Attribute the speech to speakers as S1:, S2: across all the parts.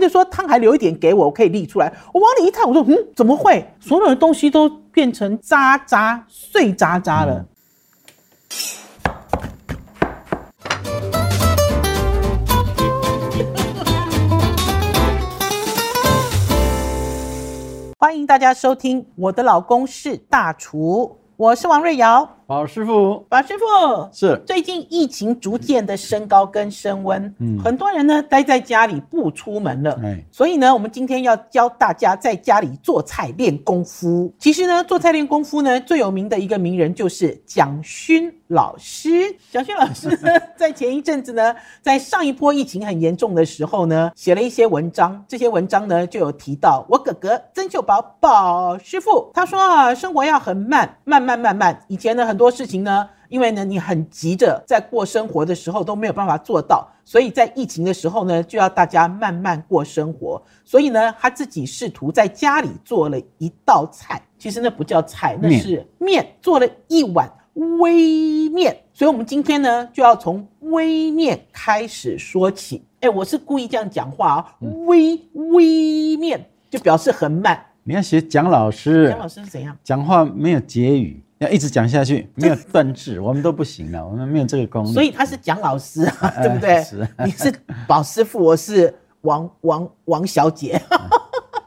S1: 就说汤还留一点给我，我可以沥出来。我往里一探，我说嗯，怎么会？所有的东西都变成渣渣碎渣渣了。 欢迎大家收听《我的老公是大厨》，我是王瑞瑶，
S2: 好，师傅
S1: 王师傅。
S2: 是
S1: 最近疫情逐渐的升高跟升温，很多人呢待在家里不出门了，
S2: 哎
S1: 所以呢，我们今天要教大家在家里做菜练功夫。其实呢，做菜练功夫呢，最有名的一个名人就是蒋勋老师。蒋勋老师呢，在前一阵子呢，在上一波疫情很严重的时候呢，写了一些文章。这些文章呢，就有提到我哥哥曾秀宝宝师傅，他说啊，生活要很慢，慢慢慢慢。以前呢，很多事情呢。因为呢，你很急着在过生活的时候都没有办法做到，所以在疫情的时候呢，就要大家慢慢过生活。所以呢，他自己试图在家里做了一道菜，其实那不叫菜，那
S2: 面
S1: 是面，做了一碗微面。所以我们今天呢，就要从微面开始说起。哎，我是故意这样讲话啊，微微面就表示很慢。
S2: 你要学蒋老师
S1: 江，老师是怎样？
S2: 讲话没有结语，要一直讲下去，没有断句，我们都不行了，我们没有这个功力。
S1: 所以他是蒋老师啊，
S2: 嗯 哎
S1: 对不对？
S2: 是
S1: 你是宝师傅，我是王王王小姐。
S2: 嗯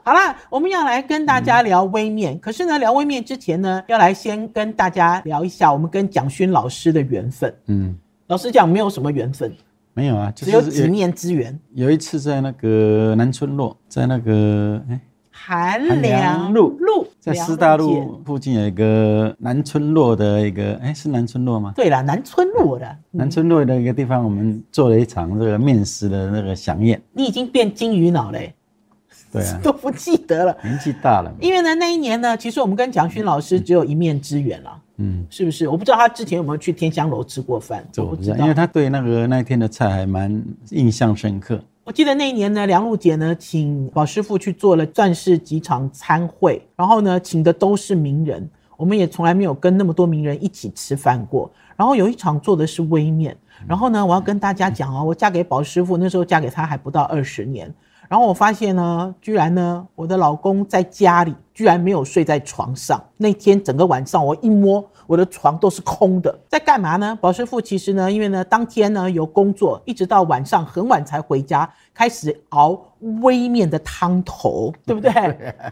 S1: 好啦，我们要来跟大家聊微面。可是呢，聊微面之前呢，要来先跟大家聊一下我们跟蒋勋老师的缘分。
S2: 嗯，
S1: 老实讲，没有什么缘分，
S2: 没有啊，就
S1: 只有
S2: 是
S1: 几
S2: 有
S1: 面之缘。
S2: 有一次在那个南村路，在那个哎，
S1: 寒凉
S2: 凉路
S1: 路
S2: 在师大。
S1: 梁路街
S2: 路附近有一个南村落的一个，哎，是南村落吗？
S1: 对啦，南村路的，
S2: 南村落的一个地方，我们做了一场这个面食的那个飨宴。
S1: 你已经变金鱼脑嘞，
S2: 对 啊，
S1: 都不记得了。
S2: 年纪大了嘛，
S1: 因为呢，那一年呢，其实我们跟蒋勋老师只有一面之缘啦。
S2: 嗯，
S1: 是不是？我不知道他之前有没有去天香楼吃过饭，
S2: 这
S1: 我
S2: 我
S1: 不
S2: 不知
S1: 知
S2: 道，因
S1: 道
S2: 为。他对那个那天的菜还蛮印象深刻。
S1: 我记得那一年呢，梁璐姐呢请宝师傅去做了钻石几场参会，然后呢请的都是名人，我们也从来没有跟那么多名人一起吃饭过。然后有一场做的是微面，然后呢我要跟大家讲哦，我嫁给宝师傅那时候嫁给他还不到二十年，然后我发现呢，居然呢我的老公在家里居然没有睡在床上，那天整个晚上我一摸。我的床都是空的，在干嘛呢？宝师傅其实呢，因为呢，当天呢有工作，一直到晚上很晚才回家，开始熬微面的汤头，对不对？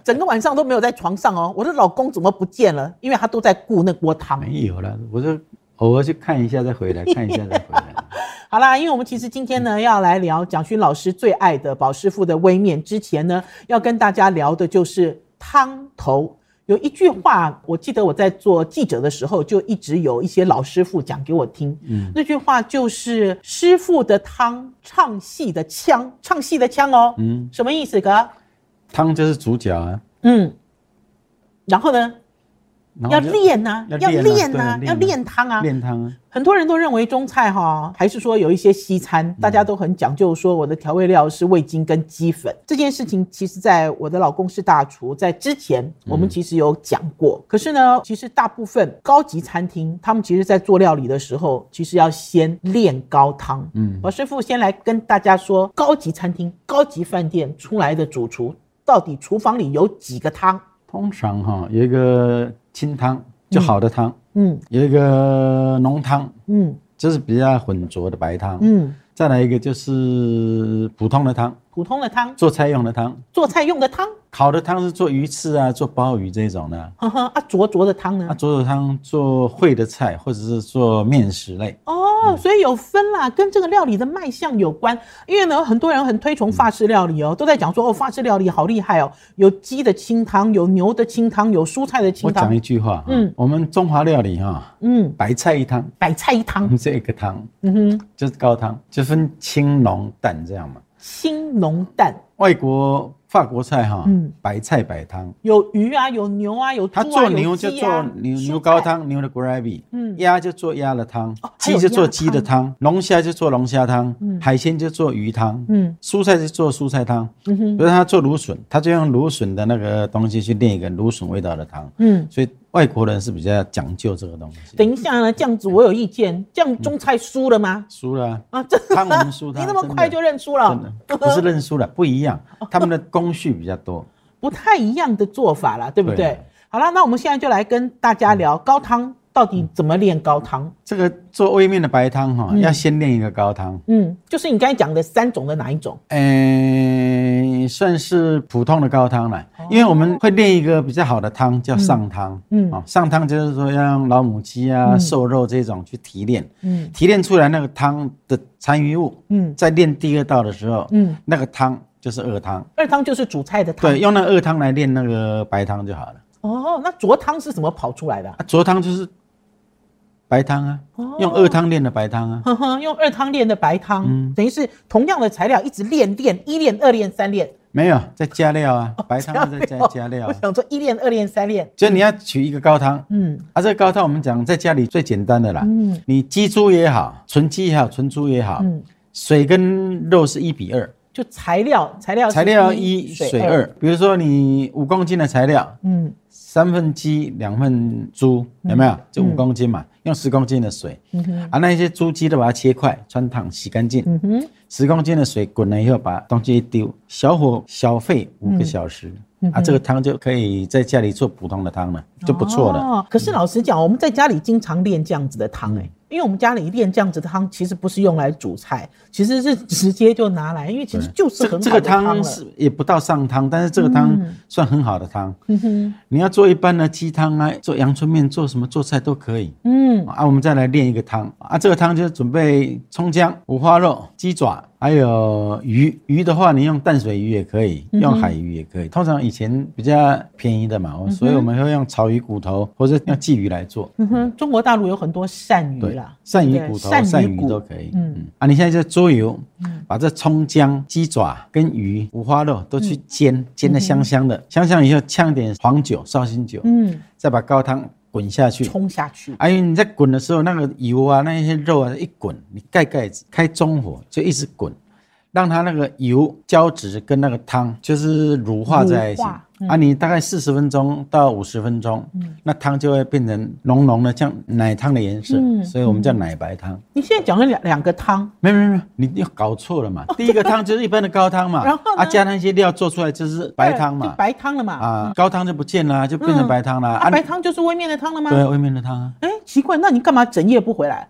S1: 整个晚上都没有在床上哦。我的老公怎么不见了？因为他都在顾那锅汤。
S2: 没有了，我就偶尔去看一下再回来，看一下再回来。
S1: 好啦，因为我们其实今天呢
S2: 嗯
S1: 要来聊蒋勋老师最爱的宝师傅的微面，之前呢要跟大家聊的就是汤头。有一句话，我记得我在做记者的时候，就一直有一些老师傅讲给我听。嗯，那句话就是“师傅的汤，唱戏的腔，唱戏的腔哦。”嗯，什么意思哥？
S2: 汤就是主角啊，
S1: 嗯，然后呢，
S2: 然
S1: 要
S2: 后就
S1: 练呐、
S2: 要
S1: 要
S2: 练啊
S1: 练
S2: 对
S1: 呐、
S2: 啊
S1: 要
S2: 练啊
S1: 练汤啊，
S2: 练汤啊，
S1: 很多人都认为中菜哈，还是说有一些西餐，大家都很讲究，说我的调味料是味精跟鸡粉这件事情。其实，在我的老公是大厨，在之前我们其实有讲过。可是呢，其实大部分高级餐厅，他们其实在做料理的时候，其实要先炼高汤。嗯，我师傅先来跟大家说，高级餐厅、高级饭店出来的主厨，到底厨房里有几个汤？
S2: 通常哈、有一个清汤就好的汤，
S1: 嗯
S2: 有一个浓汤
S1: 嗯
S2: 就是比较浑浊的白汤，
S1: 嗯，
S2: 再来一个就是普通的汤，
S1: 普通的汤，
S2: 做菜用的汤。
S1: 做菜用的汤，
S2: 烤的汤是做鱼翅啊，做鲍鱼这种的啊。
S1: 呵呵啊，灼灼的汤呢
S2: 那？做的汤做烩的菜，或者是做面食类，嗯
S1: 哦，所以有分啦，跟这个料理的卖相有关。因为呢，很多人很推崇法式料理哦，都在讲说哦，法式料理好厉害哦，有鸡的清汤，有牛的清汤，有蔬菜的清
S2: 我讲
S1: 汤
S2: 一，句话、啊，
S1: 嗯
S2: 我们中华料理哈、
S1: 嗯，
S2: 白菜一汤，
S1: 白菜一汤，
S2: 这一个汤
S1: 嗯哼，
S2: 就是高汤，就分清浓淡这样嘛。
S1: 清浓淡，
S2: 外国法国菜哈，
S1: 嗯
S2: 白菜白汤，
S1: 有鱼啊，有牛啊，有猪
S2: 他
S1: 啊，
S2: 做牛
S1: 有
S2: 就
S1: 鸡
S2: 做
S1: 啊
S2: 牛
S1: 蔬
S2: 牛羔
S1: 菜
S2: 汤、牛的 gravy，
S1: 嗯
S2: 鸭就做鸭的汤
S1: 哦，还
S2: 鸡
S1: 有
S2: 就做
S1: 鸭
S2: 鸡的汤，龙虾就做龙虾汤，海鲜就做鱼汤，
S1: 嗯
S2: 蔬菜就做蔬菜汤。
S1: 嗯哼
S2: 比如他做芦笋，他就用芦笋的那个东西去炼一个芦笋味道的汤。
S1: 嗯。啊
S2: 所以外国人是比较讲究这个 东西。
S1: 等一下呢，这样子我有意见，这样中菜输了吗？
S2: 输了啊，
S1: 啊，这
S2: 汤我们输
S1: 你
S2: 他，
S1: 那么
S2: 嗯真的
S1: 快就认输
S2: 真
S1: 了
S2: 的，不是 认输了，不一样，他们的工序比较多。
S1: 不太一样的做法啦，对不对？
S2: 对
S1: 好了，那我们现在就来跟大家聊高汤到底怎么炼高汤。
S2: 这个做微面的白汤哈，要先炼一个高汤。
S1: 嗯，就是你刚才讲的三种的哪一种？
S2: 诶，算是普通的高汤了，因为我们会炼一个比较好的汤，叫上汤。
S1: 哦嗯
S2: 哦，上汤就是说要用老母鸡啊、瘦肉这种去提炼，
S1: 嗯
S2: 提炼出来那个汤的残余物，
S1: 嗯
S2: 在炼第二道的时候，
S1: 嗯，
S2: 那个汤就是二汤。
S1: 二汤就是煮菜的汤。
S2: 对，，用那个二汤来炼那个白汤就好了。
S1: 哦，那浊汤是怎么跑出来的啊、哦
S2: 啊，浊汤就是白汤啊，用二嗯汤炼的白汤啊。
S1: 呵呵，用二汤炼的白汤，等于是同样的材料一直炼炼一炼二炼三炼，
S2: 没有，再加料啊，白汤要再加加料
S1: 我
S2: 啊。
S1: 想说一炼二炼三炼，
S2: 就你要取一个高汤，
S1: 嗯
S2: 啊，这个高汤我们讲在家里最简单的啦，
S1: 嗯
S2: 你鸡猪也好，纯鸡也好，纯猪也好，
S1: 嗯，
S2: 水跟肉是一比二，
S1: 就材料材料是
S2: 材料一水二，。比如说你五公斤的材料，
S1: 嗯
S2: 三份鸡两份猪，有没有？就五公斤嘛，用十公斤的水，啊，那一些猪鸡都把它切块，穿烫洗干净，
S1: 嗯哼
S2: 十公斤的水滚了以后，把东西一丢，小火小沸五个小时，啊，这个汤就可以在家里做普通的汤了，就不错了。
S1: 嗯
S2: 嗯
S1: 哦。可是老实讲，我们在家里经常炼这样子的汤哎、因为我们家里炼这样子的汤，其实不是用来煮菜，其实是直接就拿来，因为其实就是
S2: 这个
S1: 很
S2: 这
S1: 好
S2: 个
S1: 的汤了。
S2: 汤是也不到上汤，但是这个汤算很好的汤。
S1: 嗯哼，
S2: 你要做一般的鸡汤啊，做阳春面，做什么做菜都可以。
S1: 嗯
S2: 啊，我们再来炼一个汤啊，这个汤就是准备葱姜、五花肉、鸡爪，还有鱼。鱼的话，你用淡水鱼也可以，
S1: 嗯
S2: 用海鱼也可以。通常以前比较便宜的嘛，我所以我们会用草鱼骨头或者用鲫鱼来做。
S1: 嗯哼，中国大陆有很多鳝鱼
S2: 对
S1: 啦，，
S2: 鳝鱼
S1: 对
S2: 骨头、鳝
S1: 鳝
S2: 鱼
S1: 鱼骨
S2: 都可以。
S1: 嗯
S2: 嗯，啊，你现在就桌油，把这葱姜、鸡爪跟鱼、五花肉都
S1: 嗯
S2: 去煎，煎的香香的，香香以后呛一点黄酒、绍兴酒，
S1: 嗯，
S2: 再把高汤滚下去。
S1: 冲下去，
S2: 哎，你在滚的时候，那个油啊，那些肉啊，一滚，你盖盖子，开中火就一直滚，让它那个油胶质跟那个汤就是乳化在一起
S1: 乳化。嗯
S2: 啊，你大概四十分钟到五十分钟，那汤就会变成浓浓的，像奶汤的颜色，
S1: 嗯
S2: 所以我们叫奶白汤。
S1: 你现在讲了两两个汤，
S2: 没有没有没有，你又搞错 了嘛！第一个汤就是一般的高汤嘛，
S1: 然后呢
S2: 啊加那些料做出来就是白汤
S1: 对就
S2: 嘛，
S1: 白汤了嘛，啊，
S2: 啊高汤就不见了，就变成
S1: 嗯
S2: 白汤了。啊
S1: 白汤就是煨面的汤了吗？
S2: 对，外面的汤啊。
S1: 哎，奇怪，那你干嘛整夜不回来？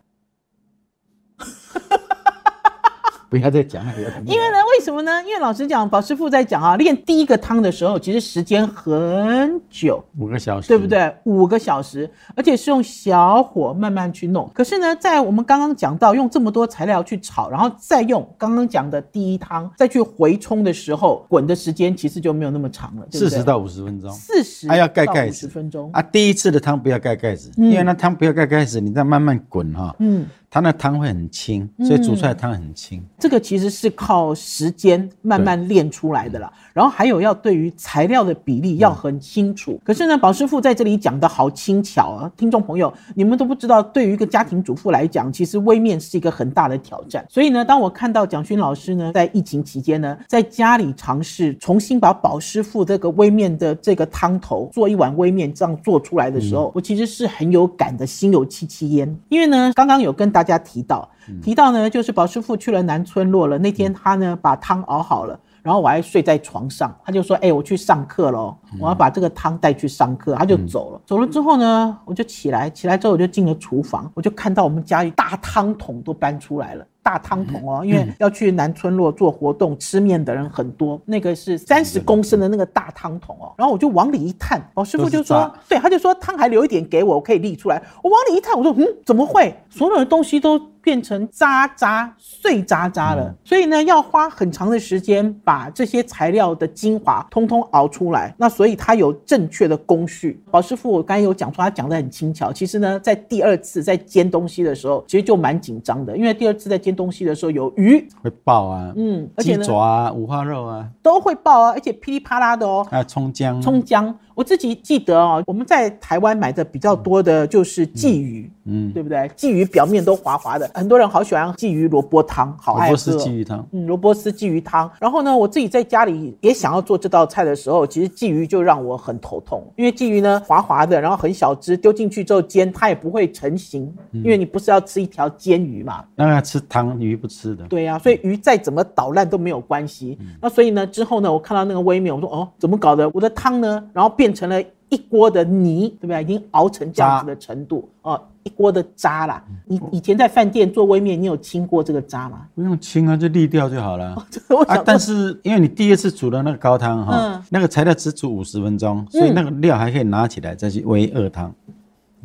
S2: 不要再讲了，不要再讲了
S1: 因为呢，为什么呢？因为老实讲，宝师傅在讲啊，练第一个汤的时候，其实时间很久，
S2: 五个小时，
S1: 对不？对？五个小时，而且是用小火慢慢去弄。可是呢，在我们刚刚讲到用这么多材料去炒，然后再用刚刚讲的第一汤再去回冲的时候，滚的时间其实就没有那么长了，对不
S2: 四
S1: 对？
S2: 十到五十分钟
S1: 四十，
S2: 啊要盖盖
S1: 五
S2: 子
S1: 十分钟。
S2: 啊。第一次的汤不要盖盖子，因为那汤不要盖盖子，你再慢慢滚哈，
S1: 嗯，
S2: 它那汤会很清，所以煮出来的汤很清。
S1: 这个其实是靠时间慢慢练出来的啦。然后还有要对于材料的比例要很清楚。可是呢，宝师傅在这里讲的好轻巧啊，听众朋友，你们都不知道，对于一个家庭主妇来讲，其实微面是一个很大的挑战。所以呢，当我看到蒋勋老师呢，在疫情期间呢，在家里尝试重新把宝师傅这个微面的这个汤头做一碗微面这样做出来的时候，我其实是很有感的，心有戚戚焉。因为呢，刚刚有跟大家提到，
S2: 嗯
S1: 提到呢，就是宝师傅去了南村落了，那天他呢把汤熬好了。然后我还睡在床上，他就说：“哎、我去上课喽，
S2: 嗯
S1: 我要把这个汤带去上课。”他就走了。走了之后呢，我就起来，起来之后我就进了厨房，我就看到我们家里大汤桶都搬出来了。大汤桶
S2: 嗯
S1: 哦，因为要去南村落做活动，吃面的人很多，那个是三十公升的那个大汤桶哦。然后我就往里一探，老师傅就
S2: 都是
S1: 说
S2: 渣：“
S1: 对，他就说汤还留一点给我，我可以沥出来。”我往里一探，我说：“嗯，怎么会？所有的东西都变成渣渣、碎渣渣
S2: 嗯
S1: 了。所以呢，要花很长的时间把这些材料的精华通通熬出来。那所以它有正确的工序。宝师傅，我刚才有讲说他讲的很轻巧，其实呢，在第二次在煎东西的时候，其实就蛮紧张的，因为第二次在煎鲜东西的时候有鱼，
S2: 会爆啊，
S1: 嗯，而
S2: 鸡
S1: 且呢
S2: 爪啊，五花肉啊，
S1: 都会爆啊，而且噼里啪啦的哦。
S2: 还有葱姜，
S1: 葱姜，我自己记得哦，我们在台湾买的比较多的就是鲫鱼，
S2: 嗯，
S1: 对不对？鲫鱼表面都滑滑的，很多人好喜欢鲫鱼萝卜汤，好
S2: 我
S1: 爱
S2: 不
S1: 喝。
S2: 是鲫鱼汤，
S1: 嗯，萝卜丝鲫鱼汤。然后呢，我自己在家里也想要做这道菜的时候，其实鲫鱼就让我很头痛，因为鲫鱼呢滑滑的，然后很小只，丢进去之后煎，它也不会成型，
S2: 嗯
S1: 因为你不是要吃一条煎鱼嘛。
S2: 那个吃汤鱼不吃的，
S1: 对呀、啊所以鱼再怎么捣烂都没有关系。
S2: 嗯
S1: 那所以呢，之后呢，我看到那个微面，我说哦，怎么搞的？我的汤呢，然后变成了一锅的泥，对不对？已经熬成这样子的程度哦，一锅的渣啦。
S2: 嗯
S1: 你以前在饭店做微面，你有清过这个渣吗？
S2: 不用清啊，就沥掉就好了。
S1: 这哦个我想嗯
S2: 啊
S1: 说，
S2: 但是因为你第一次煮的那个高汤哈，那个材料只煮五十分
S1: 嗯
S2: 钟，所以那个料还可以拿起来再去煨二汤，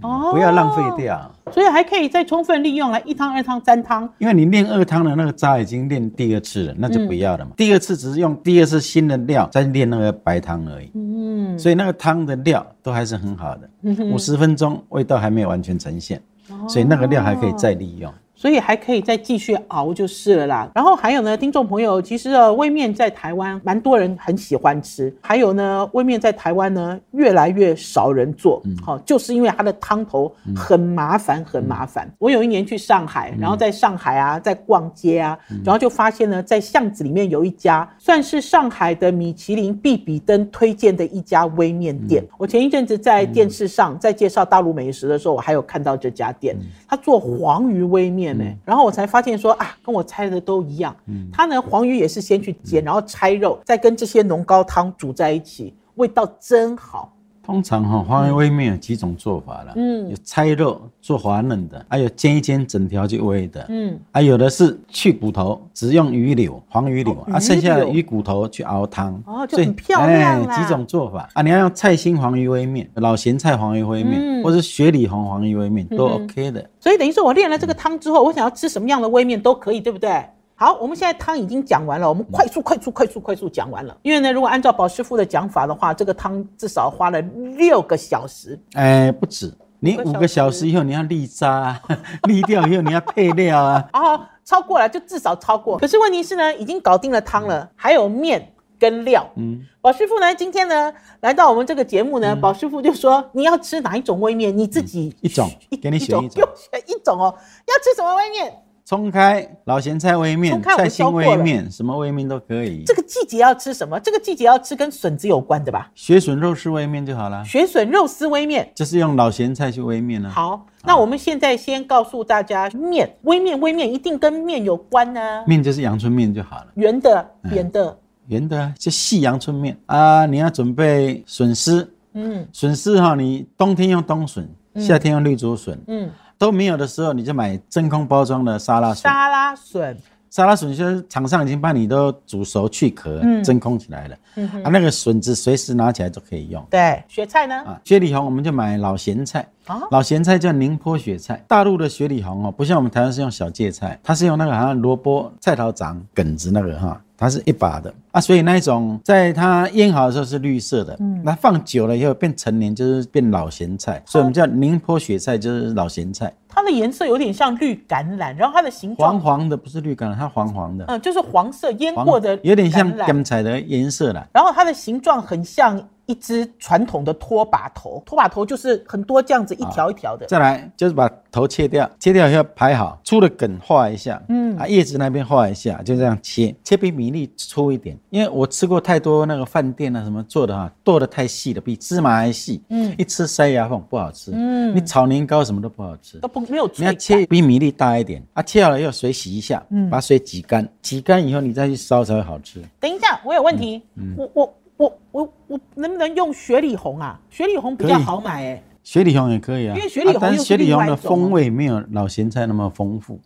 S1: 哦
S2: 不要浪费掉。
S1: 所以还可以再充分利用来一汤、二汤、三汤。
S2: 因为你炼二汤的那个渣已经炼第二次了，那就不要了嘛。第二次只是用第二次新的料再炼那个白汤而已，
S1: 嗯，
S2: 所以那个汤的料都还是很好的。五十分钟味道还没有完全呈现，所以那个料还可以再利用。
S1: 所以还可以再继续熬就是了啦。然后还有呢，听众朋友，其实呃，微面在台湾蛮多人很喜欢吃，还有呢，微面在台湾呢越来越少人做，好、就是因为它的汤头很麻烦，很麻烦。我有一年去上海，然后在上海啊，在逛街啊，然后就发现呢，在巷子里面有一家算是上海的米其林必比登推荐的一家微面店。我前一阵子在电视上在介绍大陆美食的时候，我还有看到这家店，他做黄鱼微面呢、然后我才发现说啊，跟我猜的都一样。他呢黄鱼也是先去煎，然后拆肉，再跟这些浓高汤煮在一起，味道真好。
S2: 通常哈、花园微面有几种做法了，嗯，有拆肉做滑嫩的，啊还有煎一煎整条去煨的，
S1: 嗯，
S2: 啊，有的是去骨头，只用鱼柳、黄鱼柳、
S1: 哦
S2: 啊，
S1: 鱼
S2: 剩下的
S1: 柳
S2: 鱼骨头去熬汤，
S1: 哦就
S2: 所以
S1: 很漂亮啦
S2: 哎，几种做法啊，你要用菜心黄鱼煨面、老咸菜黄鱼煨面，
S1: 嗯
S2: 或是雪里红黄鱼煨面都 OK 的。
S1: 所以等于说我练了这个汤之后，我想要吃什么样的微面都可以，对不对？好，我们现在汤已经讲完了，我们快速、快速、快速、快速讲完了。因为呢，如果按照宝师傅的讲法的话，这个汤至少花了六个小时。
S2: 哎，不止，你
S1: 五个
S2: 五个
S1: 小
S2: 小
S1: 时
S2: 时以后你要沥渣、啊， 沥掉以后你要配料啊，
S1: 哦，超过了就至少超过。可是问题是呢，已经搞定了汤
S2: 嗯
S1: 了，还有面跟料。嗯，宝师傅呢，今天呢来到我们这个节目呢，宝师傅就说你要吃哪一种微面，你自己
S2: 嗯一 种给你选一
S1: 给我
S2: 种，
S1: 选一种哦。要吃什么微面？
S2: 冲开老咸菜微面
S1: 冲、开我们
S2: 菜心
S1: 教过
S2: 微
S1: 了
S2: 面，什么微面都可以。
S1: 这个季节要吃什么？这个季节要吃跟笋子有关的吧？
S2: 血笋肉丝微面就好了，
S1: 雪笋肉丝微面。
S2: 就是用老咸菜去微面啊。
S1: 好，那我们现在先告诉大家，面微面微面一定跟面有关呢、
S2: 面就是阳春面就好了，
S1: 圆的、
S2: 嗯
S1: 扁的，
S2: 圆的啊，就细阳春面啊。你要准备笋丝，
S1: 嗯
S2: 笋丝哈，你冬天用冬笋，夏天用绿竹笋，
S1: 嗯，
S2: 都没有的时候你就买真空包装的沙拉啊笋。
S1: 沙拉笋，
S2: 沙拉笋就是厂商已经帮你都煮熟去壳，
S1: 嗯
S2: 真空起来了，啊，那个笋子随时拿起来就可以用。
S1: 对，雪菜呢？
S2: 啊，雪里红我们就买老咸菜
S1: 啊
S2: 老咸菜叫宁波雪菜。大陆的雪里红哦，不像我们台湾是用小芥菜，它是用那个好像萝卜、菜头长、梗子那个哈，它是一把的啊，所以那一种在它腌好的时候是绿色的，嗯，那放久了以后变成年就是变老咸菜，所以我们叫宁波雪菜就是老咸菜，
S1: 它的颜色有点像绿橄榄，然后它的形
S2: 黄
S1: 状，
S2: 黄的不是绿橄榄，它黄黄的，
S1: 嗯，就是黄色腌
S2: 黄
S1: 过的，
S2: 有点像甘菜的颜色啦。
S1: 然后它的形状很像一只传统的拖把头，拖把头就是很多这样子一条一条的，
S2: 再来就是把头切掉，切掉以后排好，粗的梗画一下，嗯啊，叶子那边画一下，就这样切，切比米粒粗一点。因为我吃过太多那个饭店啊什么做的哈、剁的太细了，比芝麻还细，嗯，一吃塞牙缝不好吃，嗯，你炒年糕什么都不好吃，
S1: 都不没有
S2: 你
S1: 脆
S2: 要
S1: 感。
S2: 切比米粒大一点啊，切好了以后水洗一下，嗯，把水挤干，挤干以后你再去烧才会好吃。
S1: 等一下，我有问题，
S2: 嗯
S1: 我我我我我能不能用雪里红啊？雪里红比较
S2: 可以
S1: 好买哎、
S2: 雪里红也可以啊，
S1: 因为雪里红
S2: 啊但
S1: 又
S2: 是
S1: 是
S2: 雪里
S1: 另外
S2: 红的
S1: 一种哦
S2: 风味没有老咸菜那么丰富，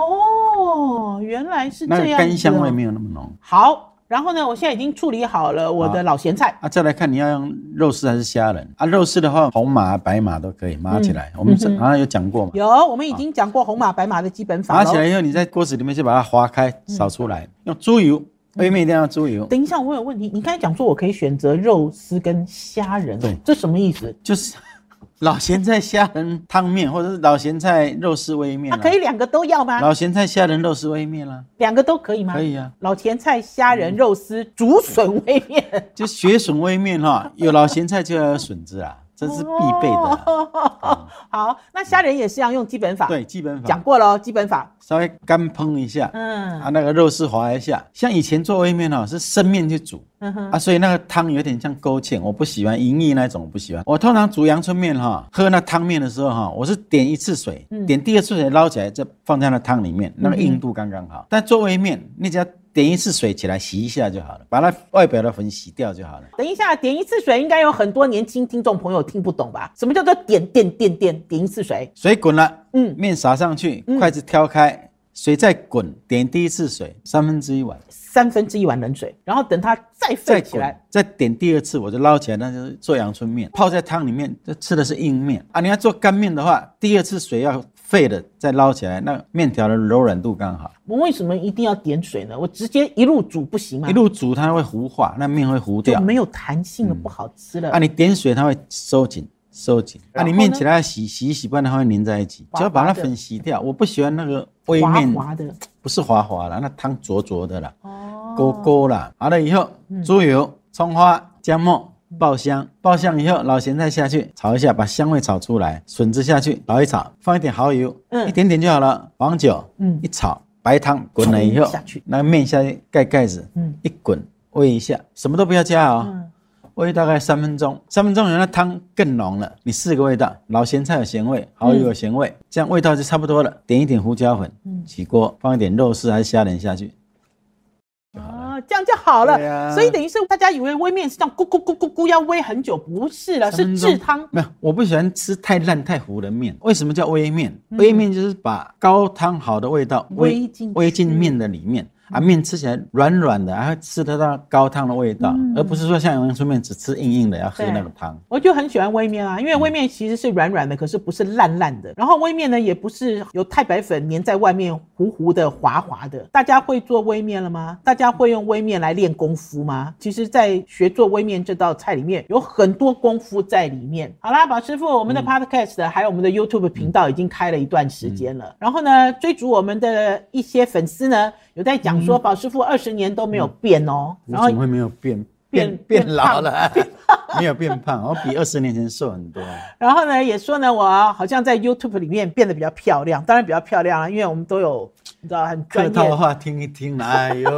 S1: 哦，原来是这
S2: 那
S1: 样、子
S2: 个
S1: 哦。
S2: 干香味没有那么浓。
S1: 好，然后呢，我现在已经处理好了我的老咸菜。
S2: 啊，再来看你要用肉丝还是虾仁啊？肉丝的话，红码、白码都可以码起来。我们是好像有讲过嘛，
S1: 嗯有，我们已经讲过红码白码的基本法
S2: 啊码起来
S1: 了。
S2: 以后，你在锅子里面就把它划开，扫出来，用猪油，
S1: 嗯
S2: 微面一定要猪油，
S1: 等一下，我有问题。你刚才讲说我可以选择肉丝跟虾仁
S2: 对，
S1: 这什么意思？
S2: 就是 老咸菜虾仁汤面，或者是老咸菜肉丝微面、
S1: 那
S2: 啊，
S1: 可以两个都要吗？
S2: 老咸菜虾仁肉丝微面啦、
S1: 两个都可以吗？
S2: 可以啊。
S1: 老甜菜虾仁肉丝竹笋微面，
S2: 就雪笋微面哈、有老咸菜就要有笋子啊，这是必备的啊、
S1: 哦好，那虾仁也是要用基本法，，
S2: 对，基本
S1: 讲
S2: 法
S1: 过了哦，基本法。
S2: 稍微干烹一下，
S1: 嗯
S2: 啊，那个肉丝滑一下。像以前做微面哈、是生面去煮，
S1: 嗯哼，
S2: 啊，所以那个汤有点像勾芡，我不喜欢银翼那种，我不喜欢。我通常煮阳春面哈、喝那汤面的时候哈、我是点一次水，点第二次水捞起来，再放在那汤里面，那个硬度刚刚好。但做微面，你只要点一次水起来洗一下就好了，把那外表的粉洗掉就好了。
S1: 等一下，点一次水应该有很多年轻听众朋友听不懂吧？什么叫做点点点点点一次水？
S2: 水滚了，
S1: 嗯
S2: 嗯，面撒上去，筷子挑开，水再滚，点第一次水三分之一碗，
S1: 三分之一碗冷水，然后等它再沸
S2: 再
S1: 起
S2: 滚
S1: 来。，
S2: 再点第二次，我就捞起来，那就是做阳春面，泡在汤里面，这吃的是硬面啊。你要做干面的话，第二次水要沸了再捞起来，那面条的柔软度刚好，
S1: 我为什么一定要点水呢？我直接一路煮不行吗？
S2: 一路啊煮它会糊化，那面会糊
S1: 嗯就
S2: 掉。
S1: 没有弹性了，不好吃了。
S2: 啊，你点水它会收紧。收紧，啊，
S1: 然后
S2: 你
S1: 呢
S2: 面起来洗洗一洗，不然它会粘在一起。
S1: 滑滑
S2: 只要把那
S1: 的
S2: 粉洗掉，我不喜欢那个微
S1: 滑
S2: 面
S1: 滑的。
S2: 不是滑滑啦，那汤灼灼的啦，
S1: 哦
S2: 勾勾啦。好了以后，猪油、葱花、姜末爆香，爆香以后老咸菜下去炒一下，把香味炒出来，笋子下去炒一炒，放一点蚝油，
S1: 嗯
S2: 一点点就好了。黄酒，
S1: 嗯
S2: 一炒，白汤滚了以后
S1: 下去，
S2: 那个面下去盖盖子，
S1: 嗯
S2: 一滚。煨一下，什么都不要加啊、
S1: 嗯
S2: 煨大概三分钟，三分钟以后那汤更浓了。你四个味道，老咸菜有咸味，蚝油有咸
S1: 嗯
S2: 味，这样味道就差不多了。点一点胡椒粉，起锅放一点肉丝还是虾仁下去，
S1: 啊，这样就好了。
S2: 对啊
S1: 所以等于是大家以为煨面是这样咕咕咕咕咕要煨很久，不呃是了，
S2: 三
S1: 是
S2: 分钟
S1: 制汤。
S2: 没有，我不喜欢吃太烂太糊的面。为什么叫微面？微面就是把高汤好的味道
S1: 煨嗯进去
S2: 煨进面的里面啊，面吃起来软软的，还会吃得到高汤的味道，
S1: 嗯
S2: 而不是说像阳春面只吃硬硬的，要喝
S1: 对
S2: 那个汤。
S1: 我就很喜欢微面啊，因为微面其实是软软的，可是不是烂烂的。然后微面呢，也不是有太白粉粘在外面糊糊的、滑滑的。大家会做微面了吗？大家会用微面来练功夫吗？其实，在学做微面这道菜里面，有很多功夫在里面。好啦，宝师傅，我们的 Podcast、还有我们的 YouTube 频道已经开了一段时间了。然后呢，追逐我们的一些粉丝呢，有在讲说，宝师傅二十年都没有变哦。
S2: 我
S1: 然后
S2: 怎么会没有变
S1: 变
S2: 变
S1: 变
S2: 变老了？ 没有变胖，我比二十年前瘦很多。
S1: 然后呢，也说呢，我好像在 YouTube 里面变得比较漂亮，当然比较漂亮啊，因为我们都有，你知道很专
S2: 客
S1: 业
S2: 套的话听一听 啦，哎呦，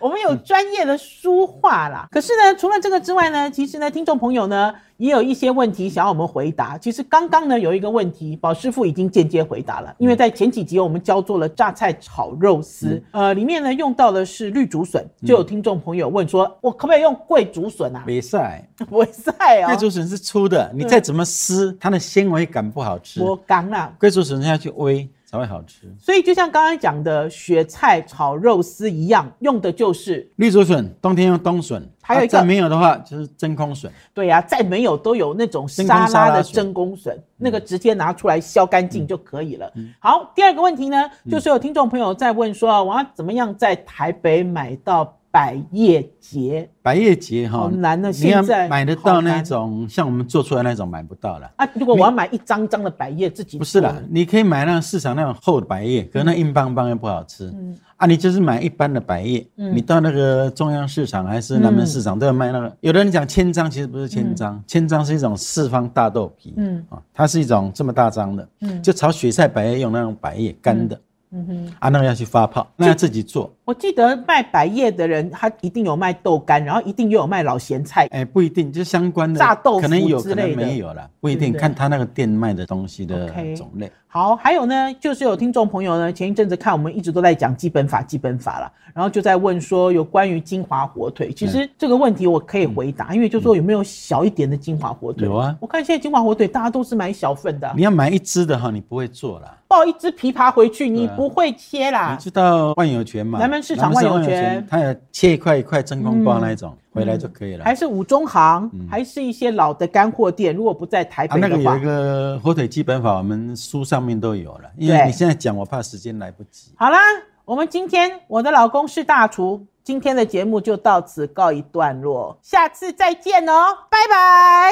S1: 我们有专业的书画啦。可是呢，除了这个之外呢，其实呢，听众朋友呢也有一些问题想要我们回答。其实刚刚呢有一个问题，宝师傅已经间接回答
S2: 嗯
S1: 了，因为在前几集我们教做了榨菜炒肉丝，
S2: 嗯
S1: 呃，里面呢用到的是绿竹笋，就有听众朋友问说，我可不可以用贵竹笋啊？
S2: 没赛。
S1: 不会晒
S2: 贵
S1: 哦，
S2: 竹笋是粗的，你再怎么撕，它的纤维感不好吃。
S1: 我刚啊啦，
S2: 贵竹笋要去煨才会好吃。
S1: 所以就像刚刚讲的雪菜炒肉丝一样，用的就是
S2: 绿竹笋冬天用冬笋，
S1: 还有一
S2: 啊
S1: 个
S2: 再没有的话就是真空笋，
S1: 对呀、再没有都有那种
S2: 真
S1: 沙
S2: 空沙
S1: 拉
S2: 拉嗯
S1: 的
S2: 笋
S1: 真空笋，那个直接拿出来削干净就可以了。好，第二个问题呢，
S2: 嗯
S1: 就是有听众朋友在问说，啊，我要怎么样在台北买到百叶结
S2: 百叶结哈，
S1: 好难哦
S2: 你要
S1: 现在
S2: 买得
S1: 好
S2: 到
S1: 难
S2: 那种像我们做出来那种买不到了。
S1: 啊？如果我要买一张张的百叶自己
S2: 不是
S1: 做
S2: 啦
S1: 呢，
S2: 你可以买那种市场那种厚的百叶，可是那硬邦邦又不好吃。
S1: 嗯
S2: 啊，你就是买一般的百叶，你到那个中央市场还是南门市场都有卖那个。有的人讲千张，其实不是千张，千张是一种四方大豆皮，
S1: 嗯
S2: 啊，它是一种这么大张的，就炒雪菜百叶用那种百叶干的，
S1: 嗯哼，
S2: 啊，那个要去发泡，那要自己做。
S1: 我记得卖百叶的人，他一定有卖豆干，然后一定又有卖老咸菜。
S2: 哎，不一定，就相关的
S1: 炸豆腐
S2: 可能有，
S1: 之
S2: 可
S1: 类
S2: 能
S1: 的
S2: 没有啦，不一
S1: 对
S2: 定，
S1: 不对
S2: 看他那个店卖的东西的
S1: OK
S2: 种类。
S1: 好，还有呢，就是有听众朋友呢，前一阵子看我们一直都在讲基本法，基本法啦，然后就在问说有关于金华火腿，
S2: 嗯
S1: 其实这个问题我可以回答，因为就说有没有小一点的金华火腿？
S2: 有啊
S1: 我看现在金华火腿大家都是买小份的啊，
S2: 你要买一只的哈，你不会做啦。
S1: 抱一只枇杷回去，你
S2: 对啊
S1: 不会切啦
S2: 你。去到万有泉嘛，
S1: 南门市场万有
S2: 南门市
S1: 泉嗯
S2: 它有切一块一块真空包那一种，回来就可以了。
S1: 还是五中行，还是一些老的干货店。如果不在台
S2: 嗯啊，
S1: 北
S2: 那个
S1: 的
S2: 有
S1: 话
S2: 一，个火腿基本法，我们书上面都有了。因
S1: 对
S2: 为你现在讲，我怕时间来不及。
S1: 好啦，我们今天我的老公是大厨，今天的节目就到此告一段落，下次再见哦，拜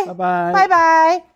S1: 拜
S2: 拜拜，
S1: 拜拜。